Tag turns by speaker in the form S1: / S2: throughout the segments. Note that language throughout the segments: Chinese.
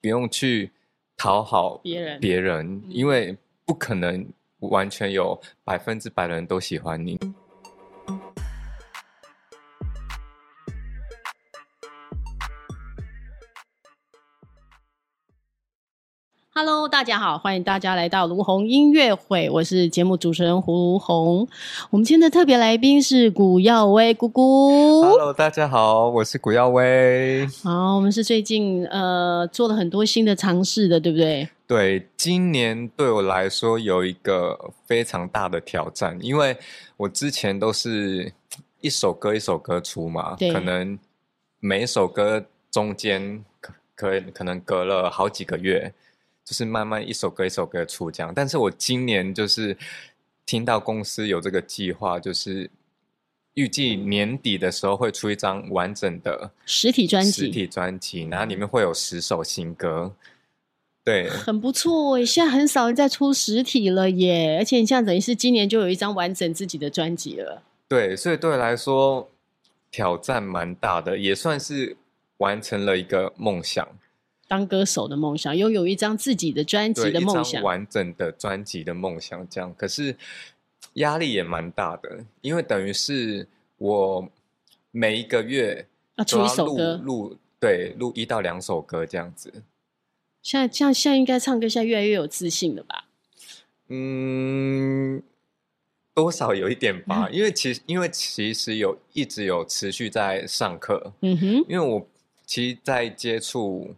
S1: 不用去讨好
S2: 别人
S1: 别人，
S2: 嗯
S1: 因为不可能完全有百分之百的人都喜欢你。
S2: Hello，大家好，欢迎大家来到卢红音乐会，我是节目主持人胡红。我们今天的特别来宾是古耀威姑姑。
S1: Hello，大家好，我是古耀威。
S2: 好，我们是最近呃做了很多新的尝试的，对不对？
S1: 对，今年对我来说有一个非常大的挑战，因为我之前都是一首歌一首歌出嘛，
S2: 对
S1: 可能每一首歌中间可可可能隔了好几个月，就是慢慢一首歌一首歌出这样。但是我今年就是听到公司有这个计划，就是预计年底的时候会出一张完整的
S2: 实体专
S1: 实
S2: 辑
S1: 体专辑，然后里面会有十首新歌。对，
S2: 很不错耶，现在很少人在出实体了耶，而且你像等于是今年就有一张完整自己的专辑了。
S1: 对，所以对我来说挑战蛮大的，也算是完成了一个梦想，
S2: 当歌手的梦想，拥有一张自己的专辑
S1: 对
S2: 的
S1: 一
S2: 梦
S1: 张
S2: 想，
S1: 完整的专辑的梦想。这样，可是压力也蛮大的，因为等于是我每一个月
S2: 要
S1: 都
S2: 啊出一
S1: 要
S2: 首
S1: 啊录
S2: 歌。
S1: 录对录一到两首歌这样子。
S2: 现在像现在应该唱歌，现在越来越有自信了吧？
S1: 嗯，多少有一点
S2: 嗯
S1: 吧，因为其实因为其实有一直有持续在上课，
S2: 嗯哼，
S1: 因为我其实，在接触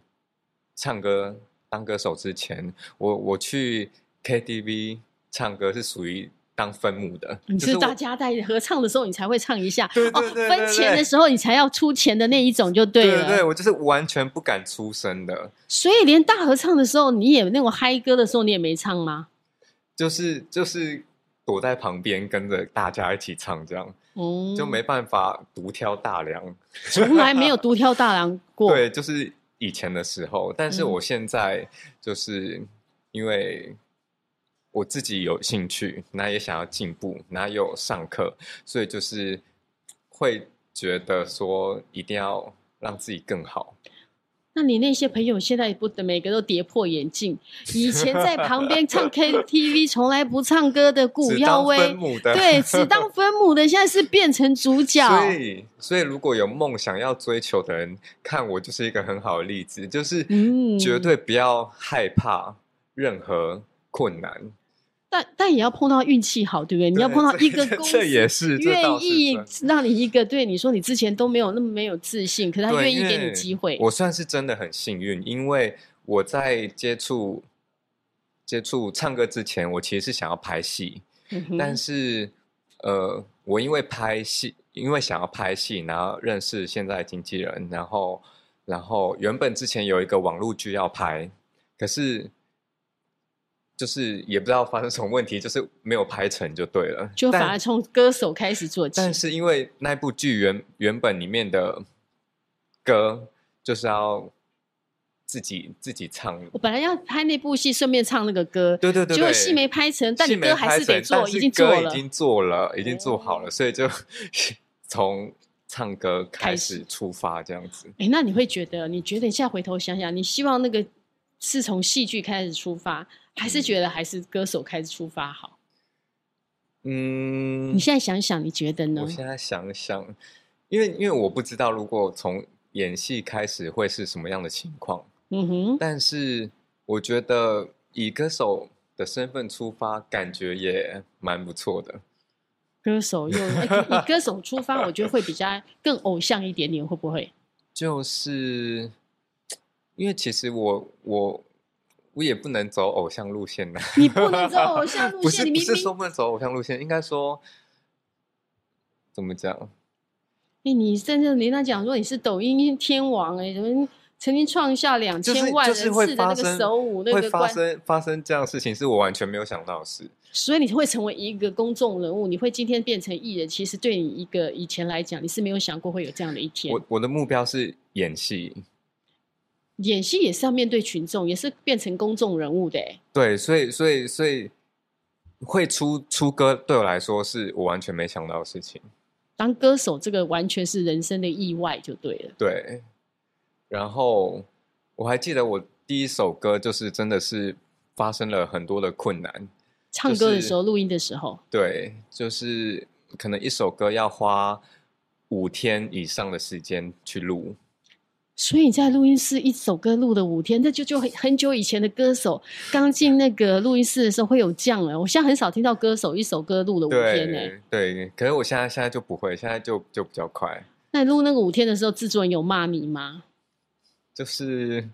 S1: 唱歌当歌手之前，我我去 KTV 唱歌是属于当分母的，
S2: 你
S1: 就是我
S2: 大家在合唱的时候，你才会唱一下。
S1: 对对对对
S2: 哦，分钱的时候你才要出钱的那一种就
S1: 对
S2: 对了。
S1: 对对，我就是完全不敢出声的，
S2: 所以连大合唱的时候，你也那种嗨歌的时候，你也没唱吗？
S1: 就是就是躲在旁边跟着大家一起唱，这样
S2: 哦、
S1: 就没办法独挑大梁。
S2: 从来没有独挑大梁过。
S1: 对，就是以前的时候，但是
S2: 嗯
S1: 我现在就是因为我自己有兴趣，那也想要进步，那又有上课，所以就是会觉得说一定要让自己更好。
S2: 那你那些朋友现在不每个都跌破 眼镜，以前在旁边唱 KTV 从来不唱歌的古
S1: 只
S2: 耀
S1: 当分
S2: 威，
S1: 母的，
S2: 对，只当分母的现在是变成主 角。
S1: 所以，所以如果有梦想要追求的人，看我就是一个很好的例子，就是
S2: 嗯
S1: 绝对不要害怕任何困难。
S2: 但但也要碰到运气好，对不对？你要
S1: 对
S2: 碰到
S1: 这
S2: 一个公司
S1: 这也是这
S2: 愿
S1: 倒是
S2: 意
S1: 真的
S2: 让你一个对你说你之前都没有那么没有自信，可是他
S1: 对，
S2: 愿意
S1: 因
S2: 给你
S1: 为
S2: 机会。
S1: 我算是真的很幸运，因为我在接触接触唱歌之前，我其实是想要拍戏，
S2: 嗯哼
S1: 但是呃，我因为拍戏，因为想要拍戏，然后认识现在的经纪人，然后然后原本之前有一个网络剧要拍，可是。就是也不知道发生什么问题，就是没有拍成就对了。
S2: 就反
S1: 但
S2: 而从歌手开始做起。
S1: 但是因为那部剧原原本里面的歌就是要自己自己唱，
S2: 我本来要拍那部戏，顺便唱那个歌，
S1: 对对对对，
S2: 结果戏没拍成，但你
S1: 戏没
S2: 歌还是
S1: 拍
S2: 得
S1: 成
S2: 做，
S1: 但是
S2: 已经做
S1: 歌
S2: 了哦
S1: 已。经做了，已经做好了，所以就 从唱歌开
S2: 开
S1: 始
S2: 始
S1: 出发这样子。
S2: 哎，那你会觉得，你觉得你现在回头想想，你希望那个是从戏剧开始出发，还是觉得还是歌手开始出发好？
S1: 嗯
S2: 你，现在想想，你觉得呢
S1: 我？现在想想，因为因为我不知道如果从演戏开始会是什么样的情况，
S2: 嗯哼，
S1: 但是我觉得以歌手的身份出发，感觉也蛮不错的。
S2: 歌手又以以歌手出发，我觉得会比较更偶像一点点，会不会？
S1: 就是因为其实我我我也不能走偶像路线呐、
S2: 你不能走 偶像路
S1: 不是
S2: 线，你
S1: 不
S2: 明
S1: 是
S2: 明
S1: 说不能走偶像路线，应该说怎么讲？
S2: 哎，你甚至林娜讲说你是抖音天王哎、怎么曾经创下两
S1: 就是
S2: 千万
S1: 就
S2: 人
S1: 是
S2: 次
S1: 会
S2: 的
S1: 发
S2: 那个
S1: 生
S2: 首舞那
S1: 会
S2: 个
S1: 发
S2: 关，
S1: 生发生这样的事情，是我完全没有想到的事。
S2: 所以你会成为一个公众人物，你会今天变成艺人，其实对你一个以前来讲，你是没有想过会有这样的一天
S1: 我。我的目标是演戏，
S2: 演戏也是要面对群众，也是变成公众人物的、哎
S1: 对，所以所以所以会出出歌，对我来说是我完全没想到的事情。
S2: 当歌手这个完全是人生的意外就对了。
S1: 对，然后我还记得我第一首歌就是真的是发生了很多的困难，
S2: 唱歌的时候、录音的时候，
S1: 对，就是可能一首歌要花五天以上的时间去录，
S2: 所以在录音室一首歌录了五天，那就就很很久以前的歌手刚进那个录音室的时候会有这样了。我现在很少听到歌手一首歌录了五天呢、欸
S1: 对对。可是我现在现在就不会，现在就就比较快，
S2: 那你录那个五天的时候，制作人有骂你吗？
S1: 就是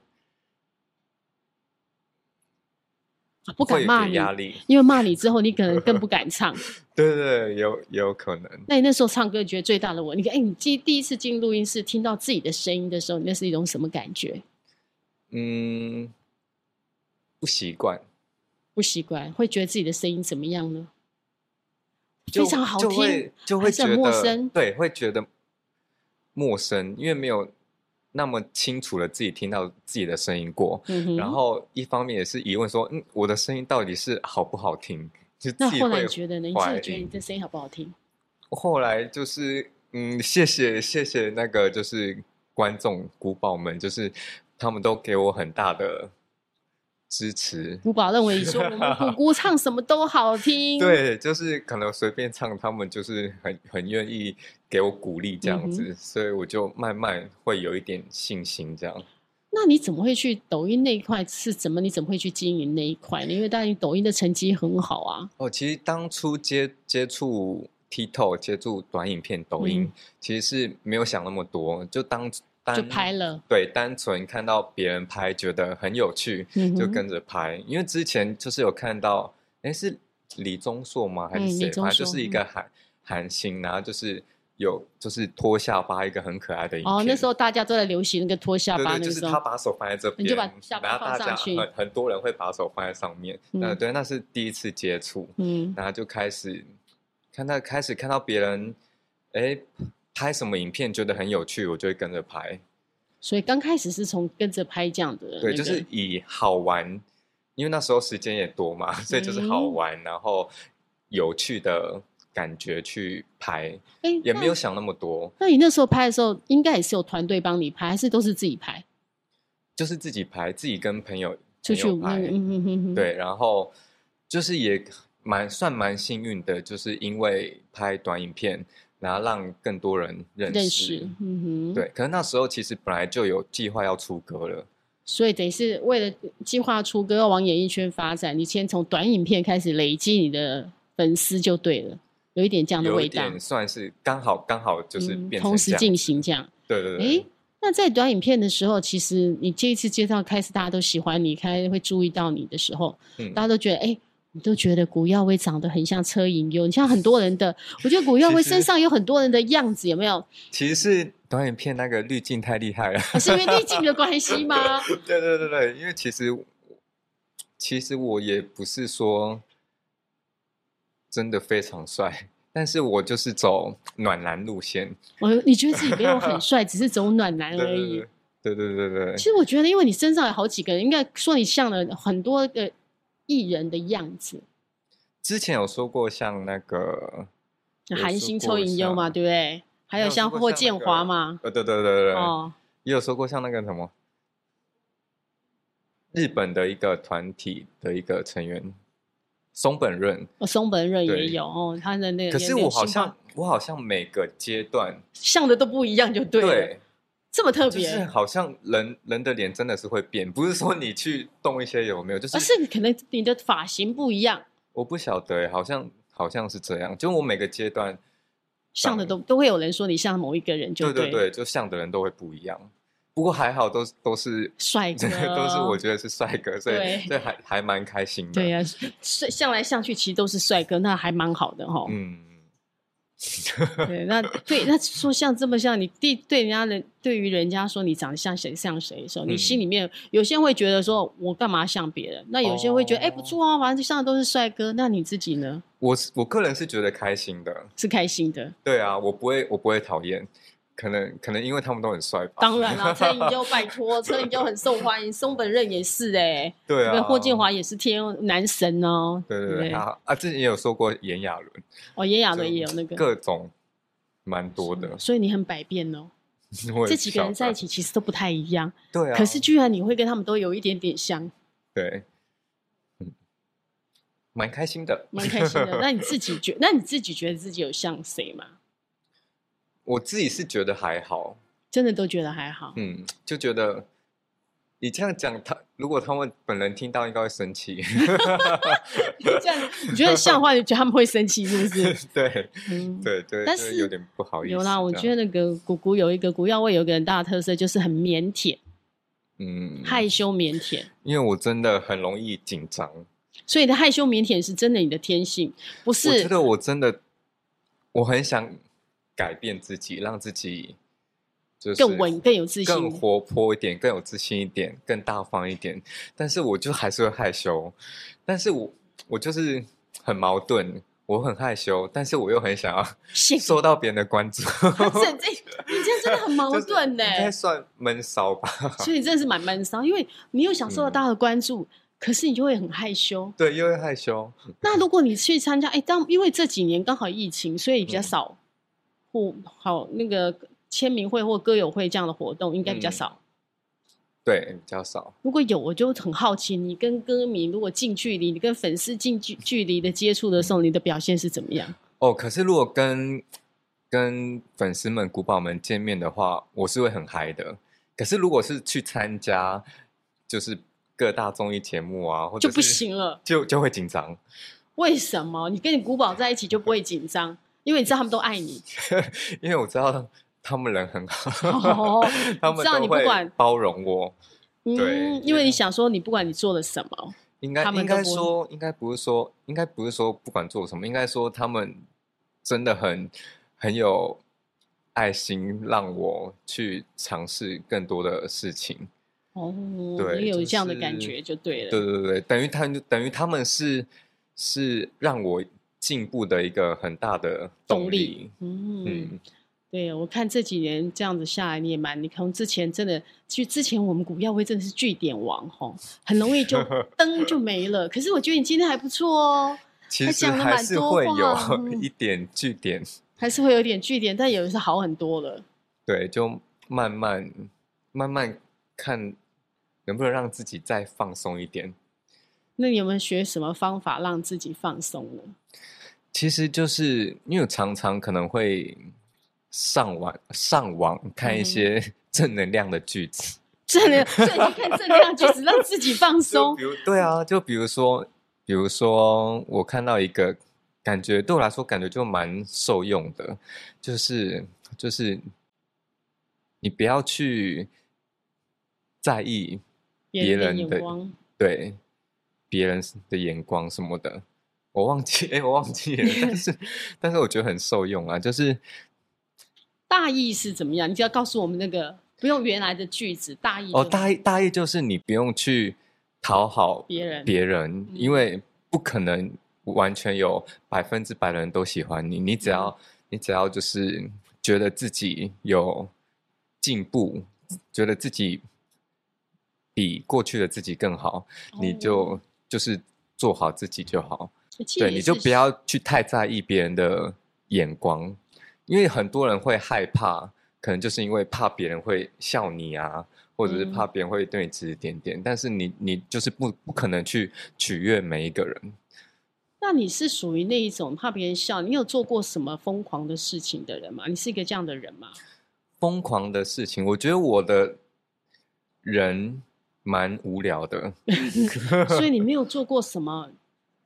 S2: 啊不
S1: 会有
S2: 敢
S1: 一
S2: 骂
S1: 个
S2: 你，
S1: 压力，
S2: 因为骂你之后，你可能更不敢唱。
S1: 对对对，有有可能，
S2: 那你那时候唱歌觉得最大的我，你看，哎、你第第一次进录音室听到自己的声音的时候，你那是一种什么感觉？
S1: 嗯，不习惯，
S2: 不习惯，会觉得自己的声音怎么样呢？
S1: 就
S2: 非常好
S1: 就
S2: 听
S1: 会就会
S2: 还是
S1: 觉
S2: 很
S1: 得
S2: 陌生
S1: 对，会觉得陌生，因为没有那么清楚的自己听到自己的声音过。
S2: 嗯哼。
S1: 然，后一方面也是疑问说，嗯，我的声音到底是好不好听？就
S2: 那
S1: 自己
S2: 后来
S1: 会
S2: 你觉得呢？你自
S1: 怀
S2: 己觉得
S1: 疑
S2: 你的声音好不好听？
S1: 后来就是，嗯，谢谢谢谢那个就是观众古堡们，就是他们都给我很大的支持。
S2: 古堡 认为你说我们姑姑唱什么都好听，，
S1: 对，就是可能随便唱，他们就是很很愿意给我鼓励这样子，
S2: 嗯
S1: 所以我就慢慢会有一点信心这样。
S2: 那你怎么会去抖音那一块？是怎么？你怎么会去经营那一块呢？因为当然你抖音的成绩很好啊，
S1: 哦，其实当初接接触 TikTok、接触短影片、抖音，
S2: 嗯
S1: 其实是没有想那么多，就当单
S2: 就拍了，
S1: 对，单纯看到别人拍觉得很有趣，
S2: 嗯
S1: 就
S2: 哼
S1: 跟着拍。因为之前就是有看到，哎，是李钟硕吗？还是
S2: 嗯李
S1: 谁？
S2: 钟
S1: 反正就
S2: 硕
S1: 是一
S2: 嗯
S1: 个韩韩星，然后就是有就是脱下巴一个很可爱的影片。
S2: 哦，那时候大家都在流行那个脱下
S1: 对对，
S2: 巴，那
S1: 就
S2: 个
S1: 是
S2: 时
S1: 他
S2: 候
S1: 把手放在这边，
S2: 你就把下巴
S1: 然后
S2: 放
S1: 大
S2: 上
S1: 家
S2: 去
S1: 很很多人会把手放在上面。
S2: 嗯
S1: 那对，那是第一次接触，
S2: 嗯，
S1: 然后就开始看到开始看到别人，哎，拍什么影片觉得很有趣，我就会跟着拍。
S2: 所以刚开始是从跟着拍这样的、那
S1: 对，
S2: 个
S1: 就是以好玩，因为那时候时间也多嘛，所以就是好
S2: 嗯
S1: 玩，然后有趣的感觉去拍，
S2: 哎，
S1: 也没有
S2: 那。
S1: 想那么多，
S2: 那你那时候拍的时候，应该也是有团队帮你拍，还是都是自己拍？
S1: 就是自己拍，自己跟朋友
S2: 出去
S1: 朋友
S2: 那
S1: 拍
S2: 个，嗯哼哼哼，，
S1: 对，然后就是也蛮算蛮幸运的，就是因为拍短影片，然后让更多人认识。
S2: 认识，嗯哼，。
S1: 对，可能那时候其实本来就有计划要出歌了，
S2: 所以等于是为了计划出歌要往演艺圈发展，你先从短影片开始累积你的粉丝就对了，有一点这样的
S1: 有
S2: 味
S1: 一
S2: 道，
S1: 点算是刚好刚好就是
S2: 嗯
S1: 变成
S2: 同时
S1: 这样
S2: 进
S1: 子
S2: 行这样。
S1: 对对对。
S2: 诶，那在短影片的时候，其实你这一次介绍开始，大家都喜欢你，开始会注意到你的时候，
S1: 嗯
S2: 大家都觉得哎。诶你都觉得古耀威长得很像车银优，你像很 多人的，我觉得古耀威
S1: 其实
S2: 身上有很多人的样子，有没有？
S1: 其实是导演片那个滤镜太厉害了。
S2: 是因为滤镜的关系吗？
S1: 对对对对，因为其实其实我也不是说真的非常帅，但是我就是走暖男路线。
S2: 我你觉得自己没 有很帅，只是走暖男
S1: 对
S2: 而
S1: 对
S2: 已
S1: 对。对对对对
S2: 其实我觉得，因为你身上有好几个人，应该说你像了很多个艺人的样子，
S1: 之前有说过像那个有
S2: 韩
S1: 说
S2: 星
S1: 过
S2: 邱莹优嘛，
S1: 像
S2: 对不对？还有像霍建华嘛，
S1: 呃对对对对对，
S2: 哦，
S1: 也有说过像那个什么日本的一个团体的一个成员松本润。
S2: 哦松本润也
S1: 对
S2: 有哦，他的那个
S1: 可
S2: 也
S1: 是
S2: 没有
S1: 我好
S2: 新化
S1: 像我好像每个阶段
S2: 像的都不一样，就对了，这么特
S1: 就
S2: 别，啊
S1: 是好像人人的脸真的是会变，不是说你去动一些有没有，就
S2: 而
S1: 是
S2: 啊是可能你的发型不一样，
S1: 我不晓得欸，好像好像是这样，就我每个阶段，
S2: 像的都都会有人说你像某一个人，就
S1: 对对
S2: 了
S1: 对，就像的人都会不一样。不过还好都是都是
S2: 帅 哥
S1: 真的都是我觉得是帅哥，所
S2: 对
S1: 以所以还还蛮开心的。
S2: 对啊呀、帅向来向去其实都是帅哥，那还蛮好的哦哈、
S1: 嗯，
S2: 对，那对那说像这么像你对对人家人对于人家说你长得像谁像谁的时候，你
S1: 嗯
S2: 心里面有些人会觉得说我干嘛像别人？那有些人会觉得哎、
S1: 哦
S2: 不错啊，反正像的都是帅哥。那你自己呢？
S1: 我是我个人是觉得开心的，
S2: 是开心的。
S1: 对啊，我不会我不会讨厌，可能可能因为他们都很帅吧。
S2: 当然啦、车银优拜托，车银优很受欢迎，松本润也是哎、
S1: 对
S2: 那
S1: 啊，
S2: 霍建华也是天男神哦。
S1: 对
S2: 不
S1: 对对，啊啊，之前也有说过炎亚纶，
S2: 哦，炎亚纶
S1: 就
S2: 也有那个，
S1: 各种蛮多的。
S2: 所以你很百变哦。
S1: 我也
S2: 这几个人
S1: 不晓
S2: 在
S1: 得
S2: 一起其实都不太一样，
S1: 对啊，
S2: 可是居然你会跟他们都有一点点像，
S1: 对，嗯，蛮开心的，
S2: 蛮开心 的。那你自己觉，那你自己觉得自己有像谁吗？
S1: 我自己是觉得还好，
S2: 真的都觉得还 好，
S1: 嗯，就觉得你这样讲，他如果他们本人听到，应该会生气。
S2: 这样你觉得像话，你觉得他们会生气是不 是？
S1: 对
S2: 嗯，
S1: 对对，
S2: 但
S1: 就是有点不好意思。
S2: 有啦，我觉
S1: 得，
S2: 得那个谷谷有一个谷药味有一个很大的特色，就是很腼腆、
S1: 嗯，
S2: 害羞、腼腆。
S1: 因为我真的很容易紧张，
S2: 所以你的害羞腼腆是真的你的天性，不
S1: 我觉
S2: 是？
S1: 得我真的，我很想改变自己，让自己就是
S2: 更稳、更有自信。
S1: 更活泼一点，更有自信一点，更大方一点。但是我就还是会害羞，但是我我就是很矛盾，我很害羞，但是我又很想要
S2: 信，
S1: 受到别人的关 注。
S2: 这这你这样真的很 矛盾呢、
S1: 应该算闷骚吧？
S2: 所以你真的是蛮闷骚，因为你又想受
S1: 嗯
S2: 到大家的关注，可是你就会很害羞。
S1: 对，因为害羞。
S2: 那如果你去参加，哎、当因为这几年刚好疫情，所以
S1: 嗯
S2: 比较少互好那个签名会或歌友会这样的活动，应该
S1: 嗯
S2: 比较少。
S1: 对，比较少。
S2: 如果有，我就很好奇，你跟歌迷如果近距离，你跟粉丝近距距离的接触的时候，你的表现是怎么样？
S1: 哦，可是如果跟跟粉丝们、古堡们见面的话，我是会很嗨的。可是如果是去参加，就是各大综艺节目啊，或者
S2: 就不
S1: 是，
S2: 行了。
S1: 就就会紧张。
S2: 为什么你跟你古堡在一起就不会紧张？因为你知道他们都 爱你，
S1: 因为我知道他们人很好，
S2: 哦
S1: 他们
S2: 知道你
S1: 都
S2: 不管
S1: 会包容我。对
S2: 嗯，因为你想说你不管你做了什么，
S1: 应该
S2: 他们
S1: 应
S2: 都
S1: 该
S2: 不
S1: 说，应该不是说，应该不是说不管做什么，应该说他们真的很很有爱心，让我去尝试更多的事情。
S2: 哦，
S1: 对
S2: 你有
S1: 就
S2: 这样的
S1: 是
S2: 感觉就对了。
S1: 对对对，等于他们等于他们是是让我进步的一个很大的动
S2: 动
S1: 力
S2: 力。，嗯，
S1: 嗯，
S2: 对，我看这几年这样子下来，你也蛮，你从之前真的，就之前我们股票会真的是据点王吼，很容 易就灯就没了。可是我觉得你今天还不错哦，
S1: 其
S2: 他
S1: 实
S2: 讲了
S1: 还
S2: 蛮
S1: 是
S2: 多
S1: 会
S2: 话
S1: 有
S2: 嗯
S1: 一点据点，
S2: 还是会有点据点，但有的是好很多了。
S1: 对，就慢慢慢慢看能不能让自己再放松一点。
S2: 那你有没有学什么方法让自己放松呢？
S1: 其实就是因为我常常可能会上网上网看一
S2: 嗯
S1: 些 正能量的句子，
S2: 正能，所以你看正能量句子，让自己放
S1: 就
S2: 松
S1: 比。如对啊，就比如说，比如说我看到一个感觉对我来说感觉就蛮受用的，就是就是你不要去在意别
S2: 的
S1: 人的
S2: 眼光，
S1: 对别人的眼光什么的，我忘记，哎、我忘记了。但 是，但是我觉得很受用啊，就是
S2: 大意是怎么样？你只要告诉我们那个，不用原来的句子，大意
S1: 哦，
S2: 就
S1: 大意大意就是你不用去讨好
S2: 别人
S1: 别人，
S2: 嗯
S1: 因为不可能完全有百分之百的人都喜欢你，你只要、
S2: 嗯
S1: 你只要就是觉得自己有进步，觉得自己比过去的自己更好，你就
S2: 哦
S1: 就是做好自己就好。
S2: 其实
S1: 对，
S2: 也
S1: 你就是不要去太在意别人的眼光，因为很多人会害怕，可能就是因为怕别人会笑你啊，或者是
S2: 嗯
S1: 怕别人会对你指指点点。但是你你就是不不可能去取悦每一个人。
S2: 那你是属于那一种怕别人笑？你有做过什么疯狂的事情的人吗？你是一个这样的 人吗？
S1: 疯狂的事情，我觉得我的人蛮无聊的，
S2: 所以你没有做过什么？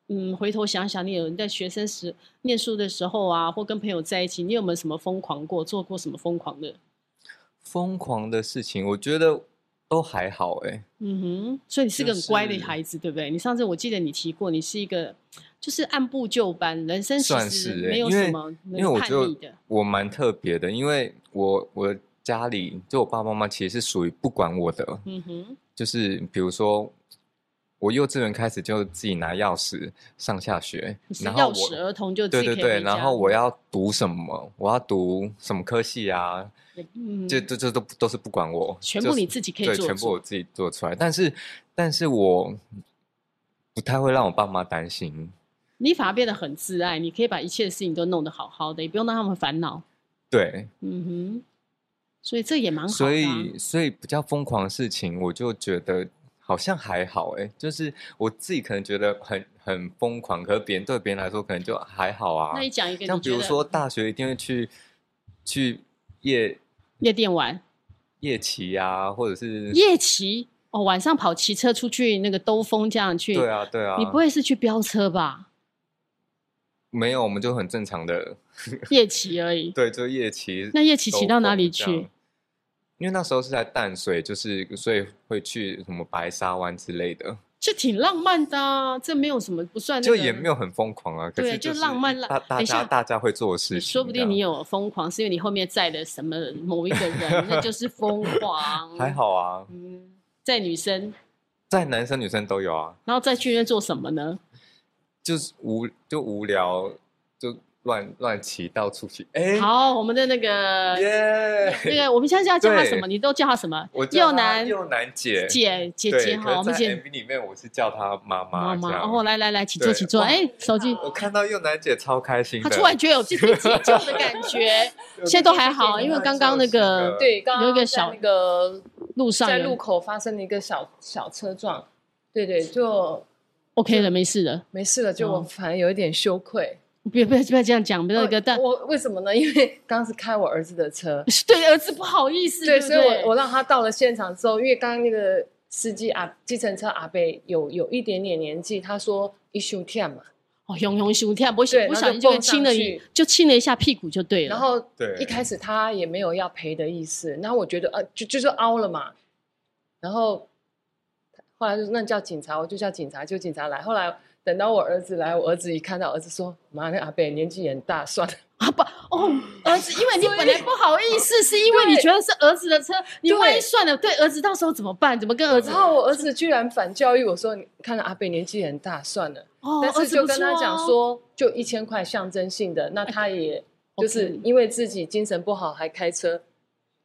S2: 嗯，回头想想，你有你在学生时念书的时候啊，或跟朋友在一起，你有没有什么疯狂过？做过什么疯狂的？
S1: 疯狂的事情，我觉得都还好哎、
S2: 嗯哼，所以你是个很
S1: 就是
S2: 乖的孩子，对不对？你上次我记得你提过，你是一个就是按部就班，人生其
S1: 算
S2: 实
S1: 是欸
S2: 没有
S1: 因为
S2: 什么
S1: 因为
S2: 能
S1: 我
S2: 叛
S1: 就
S2: 逆的。
S1: 我蛮特别的，因为我我家里就我爸爸妈妈其实是属于不管我的，
S2: 嗯哼，
S1: 就是比如说，我幼稚园开始就自己拿钥匙上下学
S2: 你，是
S1: 然后
S2: 钥匙
S1: 我
S2: 儿童就自
S1: 对
S2: 己可
S1: 对
S2: 以
S1: 对，
S2: 回
S1: 然
S2: 家
S1: 后我要读什么，我要读什么科系啊，
S2: 嗯，
S1: 这这这都都是不管我，
S2: 全
S1: 就
S2: 部
S1: 是
S2: 你自己可以
S1: 对，
S2: 做
S1: 全部
S2: 主
S1: 我自己做出来。但是，但是我不太会让我爸妈担心，
S2: 你反而变得很自爱，你可以把一切事情都弄得好好的，也不用让他们烦恼。
S1: 对，
S2: 嗯哼，所以这也蛮好的啊、
S1: 所以，所以比较疯狂的事情，我就觉得好像还好哎、就是我自己可能觉得很很疯狂，可是别人对别人来说可能就还好啊
S2: 那。你讲一个，
S1: 像
S2: 你
S1: 比
S2: 觉
S1: 如
S2: 得
S1: 说大学一定会去去夜
S2: 夜店玩
S1: 夜骑啊，或者是
S2: 夜骑哦，晚上跑骑车出去那个兜风这样去，
S1: 对啊对啊，
S2: 你不会是去飙车吧？
S1: 没有，我们就很正常的，
S2: 夜骑而已。
S1: 对，就夜骑。
S2: 那夜骑骑到哪里
S1: 兜风这样
S2: 去？？
S1: 因为那时候是在淡水，就是所以会去什么白沙湾之类的，
S2: 这挺浪漫的、啊，这没有什么不算、那
S1: 就
S2: 个。
S1: 也没有很疯狂啊。可
S2: 对
S1: 是
S2: 就是浪漫浪
S1: 大大
S2: 等一下
S1: 家大家会做的事
S2: 你
S1: 情，
S2: 说不定你有疯狂，是因为你后面载了什么某一个人，那就是疯狂。
S1: 这样 还，好啊，
S2: 嗯，载女生，
S1: 在男生女生都有啊，
S2: 然后再去那做什么呢？
S1: 就是无就无聊就乱乱骑到处骑，哎，
S2: 好，我们的那个那
S1: 耶！
S2: 个，我们现在要叫他
S1: 对
S2: 什么？你都叫他什么？
S1: 我叫
S2: 右
S1: 她
S2: 男
S1: 右男姐
S2: 姐姐
S1: 对
S2: 姐
S1: 可是
S2: 哈，我
S1: 在
S2: 们姐
S1: MV 里面我是叫她妈妈
S2: 妈妈
S1: 这样
S2: 哦，来来来，起坐
S1: 对
S2: 起坐，
S1: 哇
S2: 哎，手机，
S1: 我看到右男姐超开心
S2: 他
S1: 的，
S2: 突然觉得有自己被解救的感 觉。现在都还好，因为刚刚那个
S1: 对，
S3: 对，刚刚
S2: 有一个
S3: 在
S2: 小
S3: 那个
S2: 路上
S3: 在
S2: 有
S3: 路口发生了一个小小车撞，对对，就
S2: OK 了，没事的，
S3: 没事了，就我
S2: 哦
S3: 反正有一点羞愧。
S2: 别不要不要这样讲，不要
S3: 那
S2: 那个但
S3: 我为什么呢？因为 刚是开我儿子的车，
S2: 对儿子不好意思，
S3: 对，
S2: 不
S3: 所以我我让他到了现场之后，因为刚刚那个司机啊，计程车阿贝有有一点点年纪，他说一休天嘛，
S2: 哦，熊熊熊跳，不
S3: 对
S2: 不
S3: 然
S2: 小
S3: 后
S2: 心
S3: 就
S2: 就
S3: 蹦
S2: 亲
S3: 上
S2: 了你
S3: 去，
S2: 就亲了一下屁股就对了。
S3: 然后
S1: 对
S3: 一开始他也没有要赔的意思，然后我觉得呃就就是凹了嘛，然后后来就那叫警察，我就叫警察，就警察来。后来等到我儿子来，我儿子一看到儿子说：“妈，那阿贝年纪很大，算了。
S2: 啊不哦，儿子，因为你本来不好意思，是因为你
S3: 对
S2: 觉得是儿子的车，你
S3: 对
S2: 万一算了，对儿子到时候怎么办？怎么跟儿”子
S3: 然？后我儿子居然反教育我说：“你看到阿贝年纪很大，算了。”
S2: 哦，
S3: 但
S2: 儿
S3: 是
S2: 子
S3: 就
S2: 不
S3: 跟他
S2: 错
S3: 讲
S2: 哦，
S3: 说，就一千块象征性的，那他也就是
S2: OK
S3: 因为自己精神不好还开车，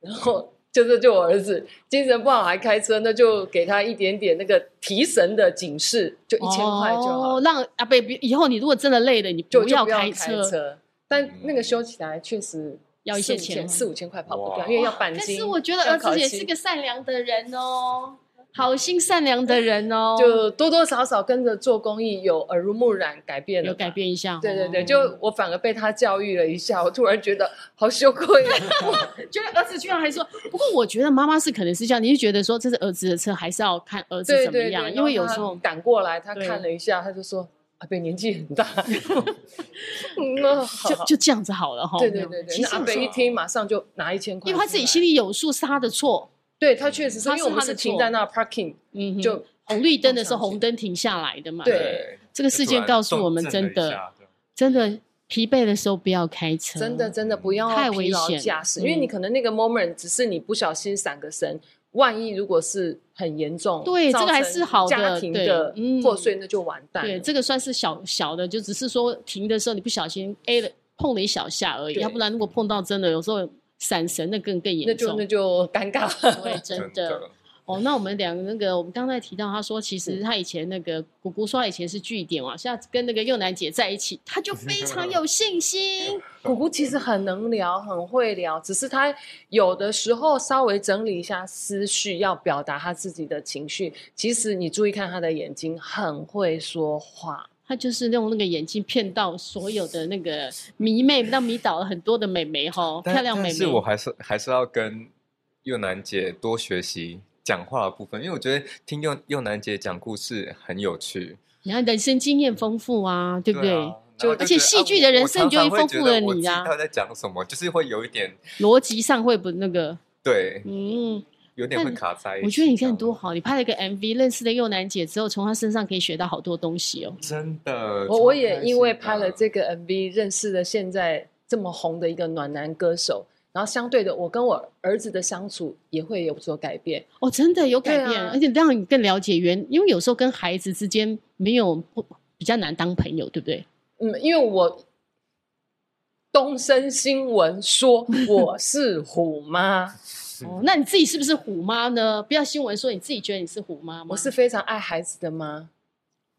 S3: 然后就是就我儿子精神不好还开车，那就给他一点点那个提神的警示，就一千块就好
S2: 哦
S3: 了，
S2: 让啊贝以后你如果真的累了，你
S3: 就
S2: 不
S3: 就
S2: 要
S3: 不要
S2: 开
S3: 开
S2: 车。嗯
S3: 车。但那个修起来确实
S2: 要一
S3: 四
S2: 些
S3: 五
S2: 钱
S3: 千
S2: 吗
S3: 四五千块跑不掉，
S1: 哇
S3: 因为要钣
S2: 但
S3: 金。
S2: 是我觉得
S3: 要
S2: 儿
S3: 烤
S2: 子也是
S3: 漆
S2: 个善良的人哦，好心善良的人哦，
S3: 就多多少少跟着做公益有耳濡目染，改变了
S2: 有
S3: 吧
S2: 改变一下哦。
S3: 对对对，就我反而被他教育了一下，我突然觉得好羞愧 啊。
S2: 觉得儿子居然还说，不过我觉得妈妈是可能是这样，你就觉得说这是儿子的车，还是要看儿子
S3: 对
S2: 怎么
S3: 对
S2: 样，
S3: 对，
S2: 因为有
S3: 然后
S2: 时候
S3: 他赶过来，他
S2: 对
S3: 看了一下，他就说：“阿贝年纪很 大。”嗯，那好
S2: 就就这样子好了哈。
S3: 对对对对，
S2: 其
S3: 那
S2: 实
S3: 阿
S2: 我
S3: 贝
S2: 觉得
S3: 一听马上就拿一千块出来，
S2: 因为他自己心里有数是他的错，
S3: 对他确实是，
S2: 他
S3: 因
S2: 是
S3: 为我们
S2: 他的
S3: 是停
S2: 错
S3: 在那 parking，
S2: 嗯哼，
S3: 就
S2: 红绿灯的时候
S3: 碰上去
S2: 红灯停下来的嘛。
S3: 对
S2: 这个事件告诉我们，真的，真的疲惫的时候不要开车，
S3: 真的真的不要
S2: 嗯太危
S3: 疲劳
S2: 险
S3: 驾
S2: 了
S3: 驶，因为你
S2: 嗯
S3: 可能那个 moment 只是你不小心闪个神。万一如果是很严重，
S2: 对
S3: 造
S2: 这个还
S3: 成
S2: 是好
S3: 家
S2: 的
S3: 庭
S2: 对
S3: 的
S2: 嗯
S3: 破碎，那就完蛋了。
S2: 对，这个算是小小的，就只是说停的时候你不小心 A 了碰了一小下而已，
S3: 对
S2: 要不然如果碰到真的有时候闪神那更更
S3: 那
S2: 严
S3: 就
S2: 重
S3: 那。就尴尬。
S2: 对，真
S1: 真
S2: 的。
S1: 的
S2: 哦，那我们两个那个，我们刚才提到，他说其
S3: 嗯
S2: 实他以前那个姑姑说他以前是据点啊，现在跟那个幼男姐在一起，他就非常有信 心。
S3: 姑姑其实很能聊，很会聊，只是她有的时候稍微整理一下思绪，要表达她自己的情绪。其实你注意看她的眼睛，很会说话。
S2: 他就是用那个眼睛骗到所有的那个迷妹，让迷倒了很多的美眉哈，
S1: 但
S2: 漂亮美
S1: 但
S2: 眉
S1: 是。我还是还是要跟右楠姐多学习讲话的部分，因为我觉得听右右楠姐讲故事很有趣，
S2: 你看人生经验丰富啊，对不对？
S1: 啊
S3: 就
S1: 然后
S2: 而
S1: 觉
S2: 且
S1: 得
S2: 戏
S1: 啊
S2: 剧的
S1: 我
S2: 人
S1: 我
S2: 生
S1: 常
S2: 就会
S1: 常
S2: 丰
S1: 觉
S2: 富
S1: 得
S2: 了
S1: 我
S2: 你
S1: 知
S2: 啊
S1: 道在讲什么，就是会有一点
S2: 逻辑上会不那个，
S1: 对，
S2: 嗯，
S1: 有点
S2: 但
S1: 会卡在一起。
S2: 我觉得你
S1: 这
S2: 看
S1: 样
S3: 啊
S2: 多好，你拍了一个 MV，认识了幼男姐之后，从她身上可以学到好多东西哦。
S1: 真的，
S3: 我
S1: 超
S3: 我也
S1: 开
S3: 因为
S1: 心
S3: 拍了
S1: 的
S3: 这个 MV，认识了现在这么红的一个暖男歌手。然后相对的，我跟我儿子的相处也会有所改变。
S2: 哦，真的有改
S3: 对啊
S2: 变，而且让你更了解原，因为有时候跟孩子之间没有不比较难当朋友，对不对？
S3: 嗯，因为我东升新闻说我是虎 妈。
S2: 哦，那你自己是不是虎妈呢？不要新闻说你自己觉得你是虎妈吗？
S3: 我是非常爱孩子的妈，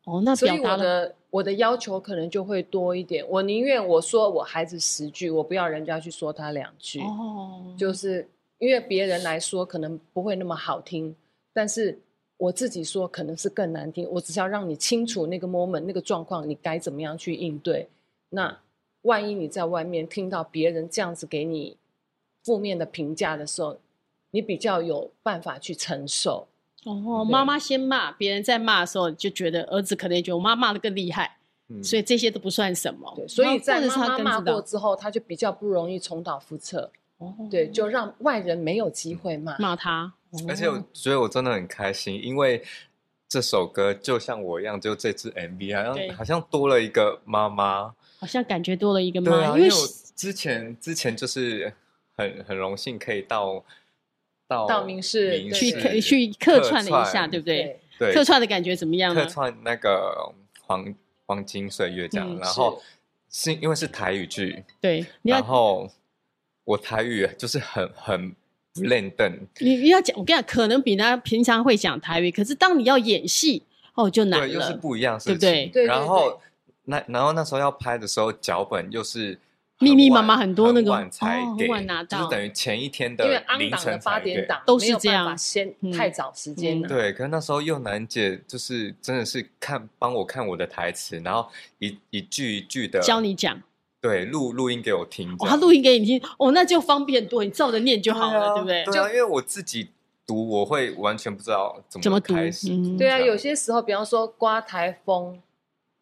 S2: 哦，那
S3: 所
S2: 表
S3: 以
S2: 达
S3: 我
S2: 了
S3: 的我的要求可能就会多一点。我宁愿我说我孩子十句，我不要人家去说他两句，
S2: 哦，
S3: 就是因为别人来说可能不会那么好听，但是我自己说可能是更难听。我只是要让你清楚那个 moment 那个状况，你该怎么样去应对。那万一你在外面听到别人这样子给你负面的评价的时候，你比较有办法去承受。
S2: 哦，
S3: 对
S2: 妈妈先骂，别人在骂的时候就觉得儿子可能也觉得我妈骂的更厉害，
S1: 嗯
S2: 所以这些都不算什么。
S3: 对，所
S2: 然
S3: 以
S2: 后
S3: 在
S2: 或者是
S3: 妈
S2: 他
S3: 妈
S2: 更
S3: 骂
S2: 知
S3: 过
S2: 道，
S3: 之后，他就比较不容易重蹈覆辙。
S2: 哦
S3: 对，就让外人没有机会骂。
S2: 骂他。哦
S1: 而且我觉得我真的很开心，因为这首歌就像我一样，就这支 MV 好
S2: 对
S1: 像好像多了一个妈妈。
S2: 好像感觉多了一个
S1: 对
S2: 妈，
S1: 啊，因
S2: 因
S1: 为
S2: 为
S1: 我之前之前就是很很荣幸可以到到
S3: 到民视
S1: 民
S3: 对
S2: 去
S1: 视
S2: 客去客串了一
S1: 客
S2: 下，
S1: 串
S2: 对不对？
S1: 对
S2: 客串的感觉怎么样啊
S1: 客
S2: 呢？
S1: 串那个黄黄金岁月这样，
S3: 嗯
S1: 然后是因为是台语剧，
S2: 对，你
S1: 然
S2: 要
S1: 后我台语就是很很不认真，
S2: 你你要讲，我跟你讲，可能比他平常会讲台语，可是当你要演戏哦，就难
S1: 对，又是
S2: 了。
S1: 不一样的事
S2: 对
S1: 情。
S2: 不对
S3: 对对
S1: 然后那然后那时候要拍的时候，脚本又是很
S2: 密密麻
S1: 晚
S2: 麻很多那个
S1: 晚才
S2: 哦很
S1: 给，
S2: 晚拿
S1: 就
S2: 到
S1: 是等于前一天
S3: 因为
S1: 的
S3: 昂
S1: 凌
S3: 档的
S1: 晨
S3: 八
S1: 才给
S3: 点。档
S2: 都
S3: 没
S2: 是
S3: 有
S2: 这
S3: 办
S2: 样
S3: 法先
S2: 嗯
S3: 太早时间了。
S1: 对，可是那时候又楠姐就是真的是看帮我看我的台词，然后一一句一句的
S2: 教你讲，
S1: 对录录音给我听这
S2: 哦，
S1: 样。
S2: 他录音给你听，哦，那就方便多，你照着念就好了，对不对？
S1: 对啊，因为我自己读我会完全不知道怎
S2: 怎么读
S1: 开始。
S2: 嗯
S3: 对啊，
S1: 这样
S3: 有些时候，比方说刮台风，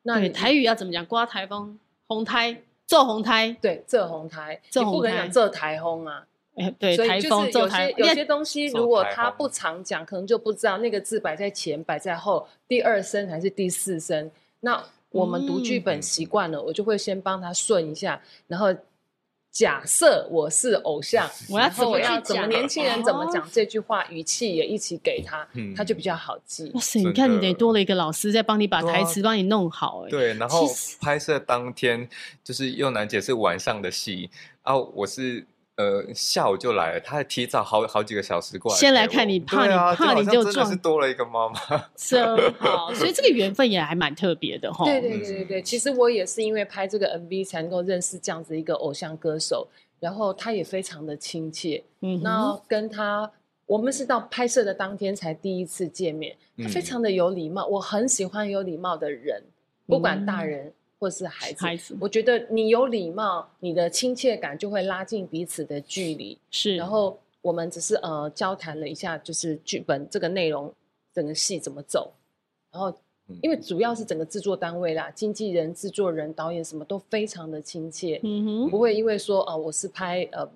S3: 那
S2: 对，
S3: 你
S2: 台语要怎么讲？刮台风，红胎，揍红胎，
S3: 对这红台，
S2: 这
S3: 你不可
S2: 红
S3: 能
S2: 台
S3: 讲这台风啊。
S2: 哎，对，
S3: 所
S2: 台
S3: 以就
S2: 风哎
S3: 是
S2: 揍
S3: 有
S2: 台
S3: 些，
S2: 你
S3: 有
S2: 看
S3: 些东西，
S1: 揍
S3: 如果
S1: 台
S3: 他
S1: 风
S3: 不常讲，可能就不知道那个字摆在前、摆在后，第二声还是第四声。那我们读剧
S2: 嗯
S3: 本习惯了，我就会先帮他顺一下，然后假设我是偶像，
S2: 我要
S3: 然
S2: 怎
S3: 后
S2: 么
S3: 我
S2: 去
S3: 要怎么
S2: 讲
S3: 年轻人怎么
S2: 哦
S3: 讲这句话，语气也一起给他，他
S1: 嗯
S3: 就比较好记
S2: 哇。塞，你
S1: 真
S2: 看你
S1: 的
S2: 得多了一个老师在帮你把
S1: 对啊
S2: 台词帮你弄好，哎，
S1: 对，然后
S2: 其实
S1: 拍摄当天就是又楠姐是晚上的戏啊，我是呃下午就来了，她提早好好几个小时过来陪我。
S2: 先来看你怕
S1: 对啊
S2: 你怕
S1: 好
S2: 你
S1: 像
S2: 就
S1: 真的
S2: 撞
S1: 是多了一个妈妈。
S2: 真好，所以这个缘分也还蛮特别的哈。
S3: 对对对对
S1: 嗯
S3: 对，其实我也是因为拍这个 MV 才能够认识这样子一个偶像歌手，然后他也非常的亲切。
S2: 嗯哼，
S3: 那跟他，我们是到拍摄的当天才第一次见面，他非
S1: 嗯
S3: 常的有礼貌，我很喜欢有礼貌的人，不管大
S2: 嗯
S3: 人或是孩子。
S2: 孩子
S3: 我觉得你有礼貌，你的亲切感就会拉近彼此的距离。
S2: 是，
S3: 然后我们只是呃交谈了一下，就是剧本这个内容，整个戏怎么走，然后
S1: 嗯
S3: 因为主要是整个制作单位啦，经纪人、制作人、导演什么都非常的亲切，
S2: 嗯哼，
S3: 不会因为说啊、呃我是拍呃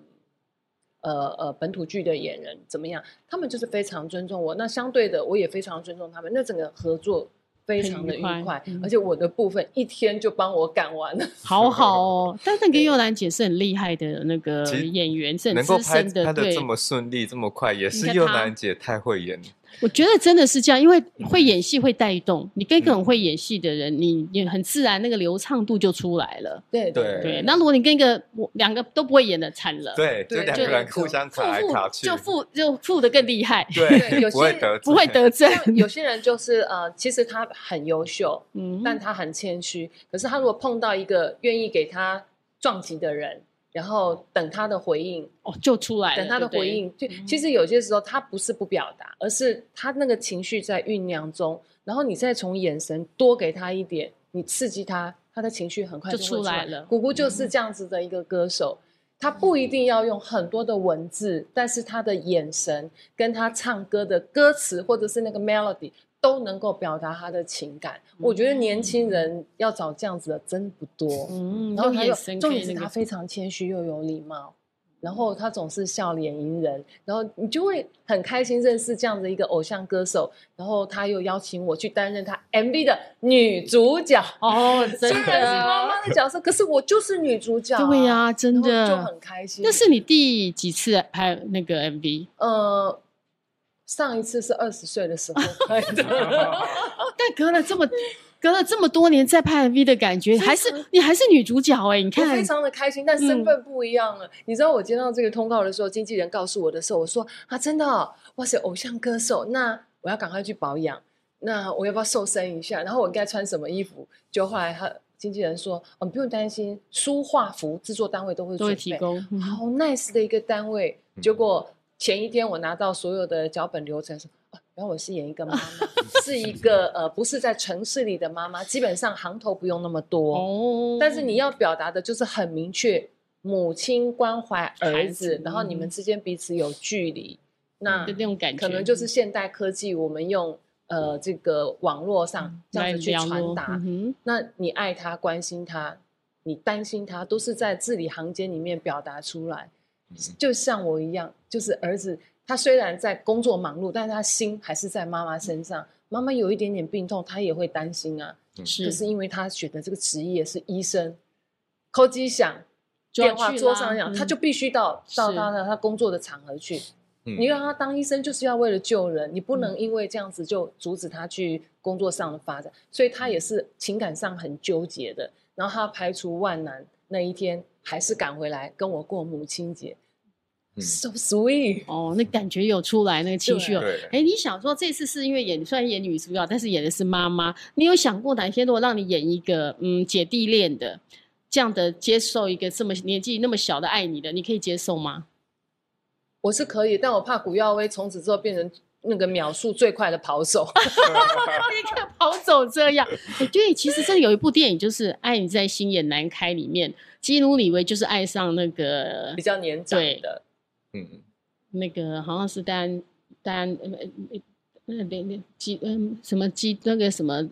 S3: 呃呃本土剧的演员怎么样，他们就是非常尊重我。那相对的，我也非常尊重他们。那整个合作非
S2: 很
S3: 常
S2: 愉
S3: 的愉
S2: 快
S3: 快，
S2: 嗯
S3: 而且我的部分一天就帮我赶完了。
S2: 好好哦。但那个幼兰姐是很厉害的那个
S1: 其实
S2: 演员，是很
S1: 能够
S2: 资
S1: 拍
S2: 深
S1: 拍的
S2: 对
S1: 这。么顺利、这么快，也
S2: 你
S1: 是
S2: 看
S1: 又
S2: 她
S1: 楠姐太会演。
S2: 我觉得真的是这样，因为会演戏会带动你，跟一个很会演戏的
S3: 嗯
S2: 人，你你很自然那个流畅度就出来了。
S3: 对
S1: 对
S2: 对，那如果你跟一个我两个都不会演的，惨了。，
S1: 对，就
S3: 对
S1: 两
S3: 就
S1: 个人
S3: 就
S1: 互相
S2: 负
S1: 卡来
S2: 负
S1: 卡去，
S2: 就负就负的更厉害，
S3: 对有
S1: 对，不会
S3: 些
S1: 得
S2: 不会
S1: 罪
S2: 得罪。
S3: 有些人就是呃，其实他很优秀，
S2: 嗯，
S3: 但他很谦虚。可是他如果碰到一个愿意给他撞击的人，然后等他的回应，
S2: 哦就出来了，
S3: 等他的
S2: 对不嗯
S3: 回
S2: 对，
S3: 应，就其实有些时候他不是不表达，而是他那个情绪在酝酿中，然后你再从眼神多给他一点，你刺激他，他的情绪很快
S2: 就
S3: 会
S2: 出
S3: 出
S2: 来了嗯
S3: 姑姑就是这样子的一个歌手。他不一定要用很多的文字，但是他的眼神跟他唱歌的歌词或者是那个 melody 都能够表达他的情感。我觉得年轻人要找这样子的真不多。
S2: 嗯，
S3: 然后
S2: 用
S3: 还有
S2: 眼神
S3: 重
S2: 可以
S3: 点是
S2: 那
S3: 他
S2: 个，
S3: 非常谦虚又有礼貌，然后他总是笑脸迎人，然后你就会很开心认识这样的一个偶像歌手，然后他又邀请我去担任他 MV 的女主角，
S2: 哦，真
S3: 虽
S2: 的，
S3: 然是妈妈的角色，可是我就是女主角、啊
S2: 对呀、，真
S3: 然后
S2: 的
S3: 就很开心。
S2: 那是你第几次拍那个 MV？
S3: 呃。上一次是二十岁的时 候拍的，
S2: 但哦隔了这 么隔了这么多年再拍 MV 的感觉，
S3: 常
S2: 还是你还是女主角哎、你
S3: 我
S2: 看嗯
S3: 非常的开心，但身份不一样了。你知道我接到这个通告的时候，经纪人告诉我的时候，我说啊，真的哦、哇塞，偶像歌手，那我要赶快去保养，那我要不要瘦身一下？然后我应该穿什么衣服？就后来他经纪人说，哦，你不用担心，书画服制作单位都会
S2: 都会
S3: 准
S2: 提
S3: 备
S2: 供，嗯
S3: 好 nice 的一个单位。
S1: 嗯
S3: 结果前一天我拿到所有的脚本流程是，哦然后我是演一个妈妈，是一个呃不是在城市里的妈妈，基本上行头不用那么多，
S2: 哦
S3: 但是你要表达的就是很明确，母亲关怀
S2: 孩
S3: 儿
S2: 子
S3: 子，然后你们
S2: 嗯
S3: 之间彼此有距离，那
S2: 的那种感觉，嗯
S3: 可能就是现代科技，我们用呃这个网络上这样子
S2: 嗯
S3: 去
S2: 来聊咯
S3: 传达
S2: 嗯。哼
S3: 那你爱他、关心他、你担心他，都是在字里行间里面表达出来
S1: 嗯。
S3: 就像我一样，就是儿子，他虽然在工作忙碌，但是他心还是在妈妈身上。妈妈有一点点病痛，他也会担心啊。可是
S2: 是
S3: 因为他选的这个职业是医生，扣机响，
S2: 就要
S3: 电话
S2: 去
S3: 桌
S2: 啦
S3: 上响，他
S2: 嗯
S3: 就必须到到
S2: 是
S3: 他的他工作的场合去。
S1: 你
S3: 你让他当医生就是要为了救人，你不能
S2: 嗯
S3: 因为这样子就阻止他去工作上的发展，所以
S2: 嗯
S3: 他也是情感上很纠结的。然后他排除万难，那一天还是赶回来跟我过母亲节、
S1: 嗯
S3: s o sweet。
S2: 哦，那感觉有出来，那个情绪有。
S1: 对
S2: 哎，你想说这次是因为演虽然演女主角，但是演的是妈妈，你有想过哪些如果让你演一个嗯姐弟恋的这样的接受一个这么年纪那么小的爱你的，你可以接受吗？
S3: 我是可以，但我怕古耀威从此之后变成那个秒速最快的跑手。
S2: 立刻跑走这样。我觉得其实真的有一部电影就是《爱你在心眼难开》里面，基努里维就是爱上那个
S3: 比较年长
S2: 对
S3: 的，
S1: 嗯，
S2: 那个好像是丹丹呃呃呃连连基嗯什么基那个什么。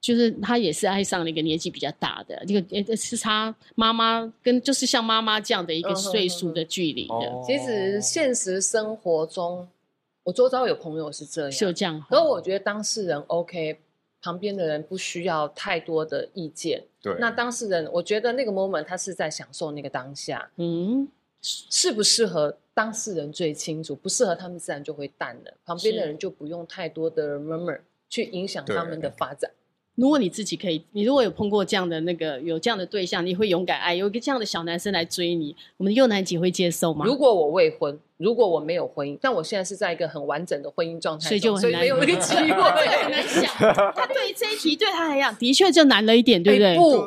S2: 就是他也是爱上了一个年纪比较大的，这个呃是他妈妈跟就是像妈妈这样的一个
S3: 嗯哼哦
S2: 岁数的距离的，
S3: 其
S2: 哦
S1: 哦
S3: 实现实生活中，我周遭有朋友是这样，
S2: 是有这样哈。
S3: 可我觉得当事人 OK，旁边的人不需要太多的意见。
S1: 对
S3: 那当事人，我觉得那个 moment 他是在享受那个当下，
S2: 嗯，
S3: 适不适合当事人最清楚，不适合他们自然就会淡了，旁边的
S2: 是
S3: 人就不用太多的 murmur 去影响
S1: 对
S3: 他们的发展。
S2: 如果你自己可以，你如果有碰过这样的那个有这样的对象，你会勇敢爱，有一个这样的小男生来追你，我们的幼男姐会接受吗？
S3: 如果我未婚，如果我没有婚姻，但我现在是在一个很完整的婚姻状态
S2: 所以就
S3: 中，所以
S2: 很
S3: 没有那个
S2: 难
S3: 机
S2: 很难
S3: 会。
S2: 想，他对这一题对他来讲的确就难了一点，对不对？
S3: 哎不，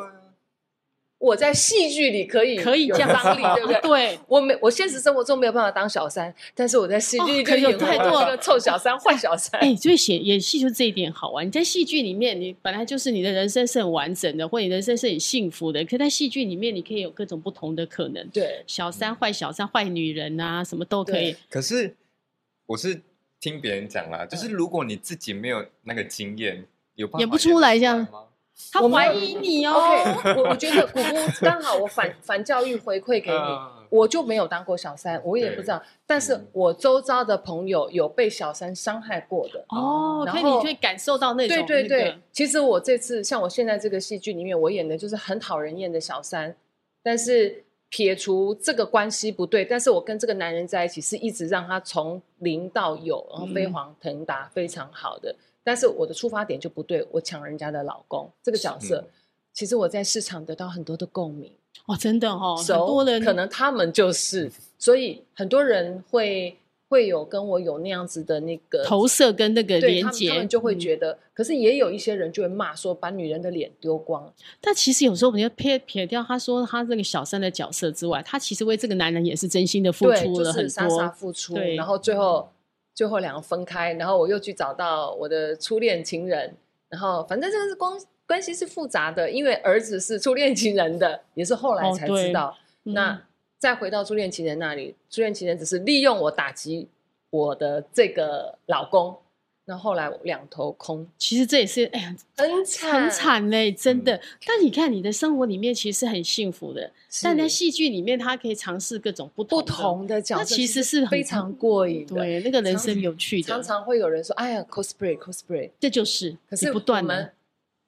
S3: 我在戏剧里可以
S2: 可以
S3: 有
S2: 这样
S3: 张力，对不 对？
S2: 对，
S3: 我没，我现实生活中没有办法当小三，但是我在戏剧
S2: 哦
S3: 里
S2: 可
S3: 就
S2: 以有
S3: 演过
S2: 太多了
S3: 这个臭小三、坏小三。
S2: 哎、所以写演戏就这一点好玩。你在戏剧里面，你本来就是你的人生是很完整的，或你人生是很幸福的，可在戏剧里面，你可以有各种不同的可能。
S3: 对，
S2: 小三、坏小三、坏女人啊，什么都可以
S3: 对。
S1: 可是我是听别人讲啦，就是如果你自己没有那个经验，有办法
S2: 演不出来
S1: 演得
S2: 这样
S1: 吗？
S2: 他
S3: 我没
S2: 怀
S3: 有
S2: 疑你哦。
S3: OK，我我觉得姑 姑刚好我反反教育回馈给你，
S1: 嗯
S3: 我就没有当过小三，我也
S1: 对
S3: 不知道，但是我周遭的朋友有被小三伤害过的。
S2: 哦，
S3: 呃然
S2: 所
S3: 后
S2: 以你会感受到那种
S3: 对对
S2: 那
S3: 对
S2: 个，
S3: 其实我这次像我现在这个戏剧里面，我演的就是很讨人厌的小三，但是撇除这个关系不对，但是我跟这个男人在一起是一直让他从零到有，然后飞黄腾达，非常好的。但是我的出发点就不对，我抢人家的老公这个角色，其实我在市场得到很多的共鸣，
S2: 哦，真的哦，很
S3: 熟
S2: 多人
S3: 可能他们就是，所以很多人会会有跟我有那样子的那个
S2: 投射跟那个
S3: 对
S2: 连
S3: 他们
S2: 接，
S3: 他们就会
S2: 嗯
S3: 觉得，可是也有一些人就会骂说把女人的脸丢光，
S2: 但其实有时候我们就撇撇掉他说他这个小三的角色之外，他其实为这个男人也是真心的付
S3: 对，
S2: 出
S3: 就
S2: 了很
S3: 是
S2: 多。
S3: 傻傻付出，
S2: 对嗯
S3: 然后最后最后两个分开，然后我又去找到我的初恋情人，然后反正这个是关关系是复杂的，因为儿子是初恋情人的，也是后来
S2: 哦
S3: 才
S2: 对
S3: 知道。
S2: 嗯
S3: 那再回到初恋情人那里，初恋情人只是利用我打击我的这个老公，那后来我两头空，
S2: 其实这也是哎呀，
S3: 很惨，
S2: 很，惨嘞、真
S3: 嗯
S2: 的。但你看你的生活里面其实是很幸福的，但在戏剧里面，他可以尝试各种不
S3: 不
S2: 的
S3: 同的角色，
S2: 那其实是很
S3: 非常过瘾的。
S2: 对那个人生
S3: 常
S2: 有趣的，
S3: 常常会有人说：“哎呀，cosplay cosplay。
S2: 这就是”
S3: 可是
S2: 你不
S3: 我
S2: 断的
S3: 们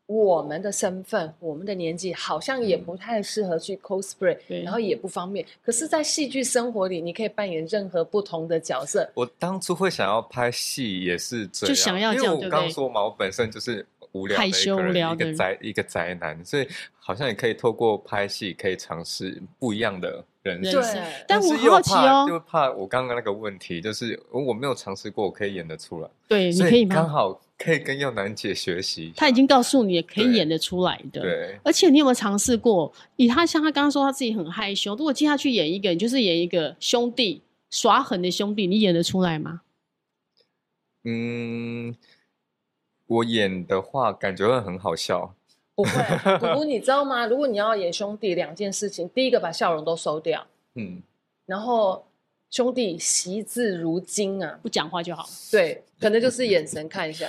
S3: 我们的身份、我们的年纪，好像也不太适合去 cosplay，、
S2: 对
S3: 然后也不方便。可是，在戏剧生活里，你可以扮演任何不同的角 色。
S1: 我当初会想要拍戏也是这样，
S2: 就想要这
S1: 因
S2: 样
S1: 为我
S2: 对不对
S1: 刚说嘛，我本身就是无聊的
S2: 害
S1: 一个
S2: 羞
S1: 人
S2: 无聊
S1: 一个
S2: 的人
S1: 宅一个宅男，所以好像也可以透过拍戏可以尝试不一样的人
S2: 人
S1: 生。
S3: 对
S2: 生
S3: 但。
S2: 但我
S1: 是又
S2: 好奇
S1: 怕就
S2: 哦，
S1: 怕我刚刚那个问题，就是我没有尝试过，我可以演得出来，
S2: 对，你
S1: 所
S2: 可以
S1: 刚
S2: 吗？
S1: 好可以跟佑楠姐学习一下。
S2: 他已经告诉你可以
S1: 对
S2: 演得出来的，
S1: 对，
S2: 而且你有没有尝试过？以他像他刚刚说他自己很害羞，如果接下去演一个，你就是演一个兄弟耍狠的兄弟，你演得出来吗？
S1: 嗯，我演的话感觉会很好笑，
S3: 不会，啊姑姑，你知道吗？如果你要演兄弟，两件事情，第一个把笑容都收掉，
S1: 嗯，
S3: 然后兄弟惜字如金啊，
S2: 不讲话就好。
S3: 对，可能就是眼神看一下，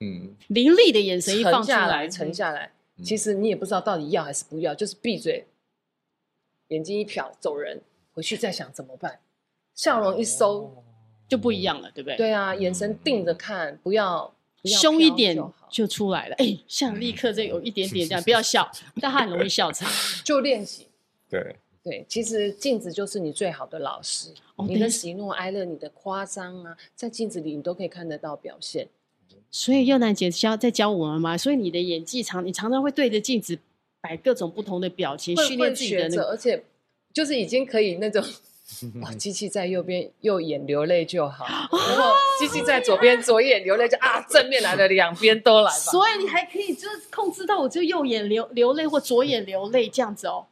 S1: 嗯，
S2: 凌厉的眼神一放
S3: 沉
S2: 出
S3: 下来，
S2: 来，
S3: 沉
S2: 嗯
S3: 下来。
S1: 嗯
S3: 其实你也不知道到底要还是不要，就是闭嘴，眼睛一瞟走人，回去再想怎么办。笑容一收，
S1: 哦
S2: 就不一样了，对不对？
S3: 对啊，眼神定着看，不要不要
S2: 凶一
S3: 飘
S2: 点
S3: 就好
S2: 就出来了。哎，像立刻这有一点点这样，不要笑，但他很容易笑场。
S3: 就练习。
S1: 对，
S3: 对，其实镜子就是你最好的老师，
S2: 哦
S3: 你
S2: 等
S3: 的
S2: 一下
S3: 喜怒哀乐、你的夸张啊，在镜子里你都可以看得到表现。
S2: 所以幼楠姐教在教我们嘛，所以你的演技常，你常常会对着镜子摆各种不同的表情，
S3: 会
S2: 训
S3: 会
S2: 练自己
S3: 学
S2: 的那
S3: 着，
S2: 个。
S3: 而且就是已经可以那种。哇，机器在右边，右眼流泪就 好；然后机器在左边，左眼流泪就啊，正面来了，两边都来吧。
S2: 所以你还可以就是控制到我就右眼流流泪或左眼流泪这样子哦。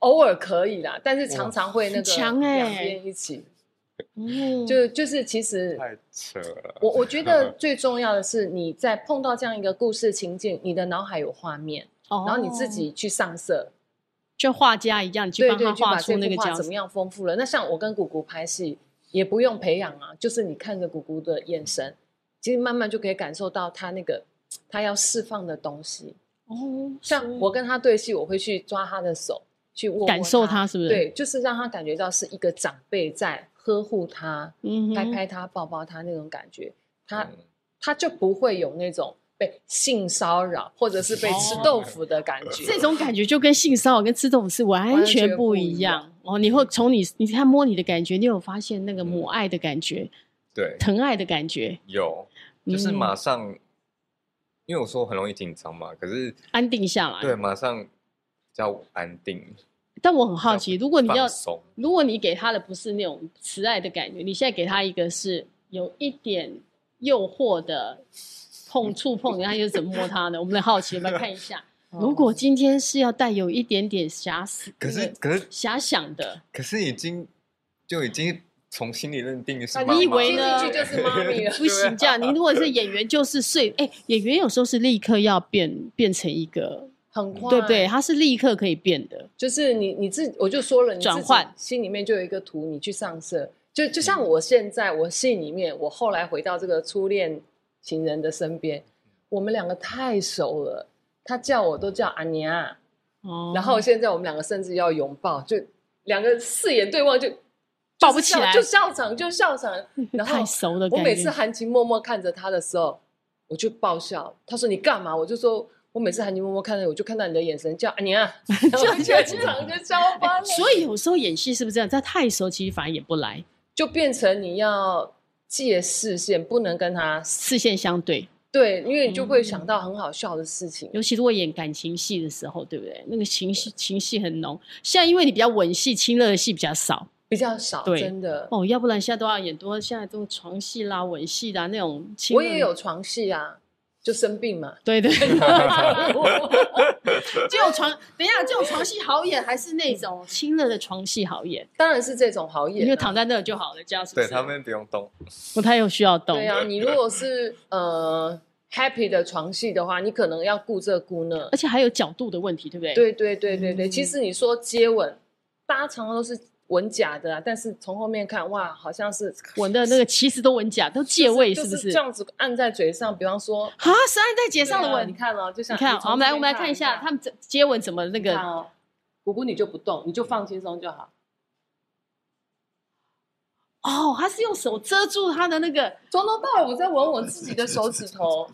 S3: 偶尔可以啦，但是常常会那
S2: 很
S3: 个
S2: 强欸
S3: 两边一起，
S2: 嗯，
S3: 就就是其实
S1: 太扯了，
S3: 我我觉得最重要的是你在碰到这样一个故事情境，你的脑海有画面，
S2: 然
S3: 然后你自己去上色，
S2: 就画家一样，你去
S3: 对
S2: 帮
S3: 对，
S2: 他
S3: 去把
S2: 画
S3: 这
S2: 出那
S3: 幅
S2: 个
S3: 画
S2: 角
S3: 怎么
S2: 色。
S3: 样丰富了。那像我跟姑姑拍戏，也不用培养啊，就是你看着姑姑的眼神，其实慢慢就可以感受到她那个她要释放的东西。
S2: 哦，
S3: 像我跟她对戏，我会去抓她的手，去握握
S2: 感受
S3: 她
S2: 她是不是
S3: 对，就是让她感觉到是一个长辈在呵护她，
S2: 嗯哼
S3: 拍拍她、抱抱她那种感觉，她
S1: 嗯
S3: 她就不会有那种。被性骚扰，或者是被吃
S2: 哦
S3: 豆腐的感觉，
S2: 这种感觉就跟性骚扰跟吃豆腐是完全不一
S3: 完
S2: 样哦。你会从你你看摸你的感觉，你有发现那个母爱的感觉、
S1: 对，
S2: 疼爱的感觉，
S1: 有，就是
S2: 嗯
S1: 马上，因为我说我很容易紧张嘛，可是
S2: 安定下来。
S1: 对，马上叫我安定，
S2: 但我很好奇，如果你要
S1: 放，松，
S2: 如果你给他的不是那种慈爱的感觉，你现在给他一个是有一点诱惑的碰触碰，然后又怎么摸他呢？我们的好奇，我们来看一 下。如
S3: 嗯
S2: 果今天是要带有一点点遐思，
S1: 可是
S2: 那个
S1: 可是
S2: 遐想的，
S1: 可是已经就已经从心里认定是
S3: 啊
S1: 妈
S3: 你
S1: 妈了，
S2: 以为呢
S3: 进去就是妈咪了
S2: 不行，这样你如果是演员，就是睡。哎、演员有时候是立刻要变变成一个，
S3: 很快，
S2: 对不对？他是立刻可以变的。
S3: 就是你你自我就说了，你自己
S2: 转换
S3: 心里面就有一个图，你去上色。就就像我现在，我戏里面，我后来回到这个初恋情人的身边，我们两个太熟了，他叫我都叫阿娘，
S2: 哦
S3: 然后现在我们两个甚至要拥抱，就两个四眼对望就
S2: 抱不起来
S3: 就笑场就笑场。然后
S2: 太熟的
S3: 我
S2: 感觉，
S3: 每次含情脉脉看着他的时候，我就爆笑。他说你干嘛？我就说。我每次含情脉脉看着你，我就看到你的眼神叫阿娘， 然后我就觉得经常就笑翻了。
S2: 哎所以有时候演戏是不是这样？在太熟，其实反而演不来，
S3: 就变成你要界视线，不能跟他
S2: 视线相对。
S3: 对，因为你就会
S2: 嗯
S3: 想到很好笑的事情。
S2: 尤其如果演感情戏的时候，对不对？那个情绪情绪很浓。现在因为你比较文戏、亲热的戏比较少
S3: 比较少，
S2: 对
S3: 真的。
S2: 哦，要不然现在都要演多，现在都床戏啦、吻戏啦那种亲热
S3: 我
S2: 的。
S3: 也有床戏啊，就生病嘛。
S2: 对对， 这种床，等一下，这种床戏好演，还是那种亲热的床戏好演？
S3: 当然是这种好演、
S2: 你就
S3: 啊，
S2: 躺在那儿就好了，这样是不
S1: 对
S2: 是？
S1: 他们不用动，
S2: 不太有需要动。
S3: 对啊，你如果是呃 happy 的床戏的话，你可能要顾这顾那
S2: 而。且还有角度的问题，对不对？，
S3: 对对对对对，
S2: 嗯
S3: 其实你说接吻，大家常常都是吻假的啊，但是从后面看，哇，好像是
S2: 吻的那个其实都吻假，都借位，
S3: 就是
S2: 不
S3: 是这样子按在嘴上，比方说
S2: 啊，是按在结上的
S3: 对啊
S2: 吻。
S3: 你看哦，就像
S2: 你看，好，我们来我们来看
S3: 看
S2: 一下他们怎接吻怎么那
S3: 这个
S2: 个。
S3: 哦，姑姑你就不动，你就放轻松就好，
S2: 哦，他是用手遮住他的那个，
S3: 从头到尾我在吻我自己的手指 头，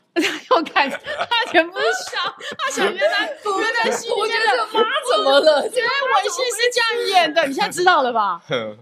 S2: 要看他全部是笑，他想原来原来心里
S3: 我觉
S2: 面
S3: 得
S2: 的
S3: 妈怎么 了？
S2: 原来文戏是这样演的，你现在知道了吧？
S1: 嗯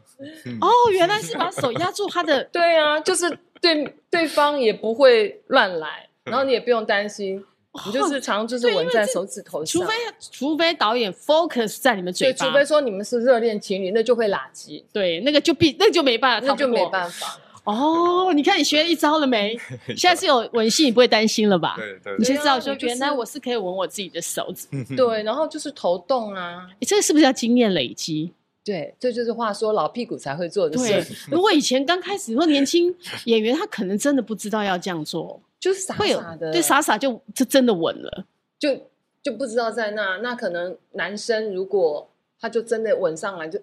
S2: 哦，原来是把手压住他 的
S3: 对啊，就是对对方也不会乱来，然后你也不用担心，你就是常就是吻在手指头
S2: 哦除
S3: 上
S2: 非。除非导演 focus 在你们嘴
S3: 对，
S2: 巴，
S3: 除非说你们是热恋情侣，那就会拉鸡，
S2: 对那个就必那就没办法，
S3: 那就没
S2: 法。
S3: 办法。
S2: 哦，你看你学一招了没？下次有吻戏，你不会担心了吧？
S1: 对对
S2: 你
S1: 对，
S2: 就知道
S3: 对
S2: 说
S3: 啊，就是
S2: 原来我是 可以吻我自己的手指。
S3: 对，然后就是头动啊，
S2: 诶这个是不是要经验累积？
S3: 对，这就是话说老屁股才会做的
S2: 对
S3: 事，，
S2: 如果以前刚开始或年轻演员，他可能真的不知道要这样做，
S3: 就是傻
S2: 会有
S3: 傻的，
S2: 对傻傻就就真的稳了。
S3: 就就不知道在那。那可能男生如果他就真的吻上来就，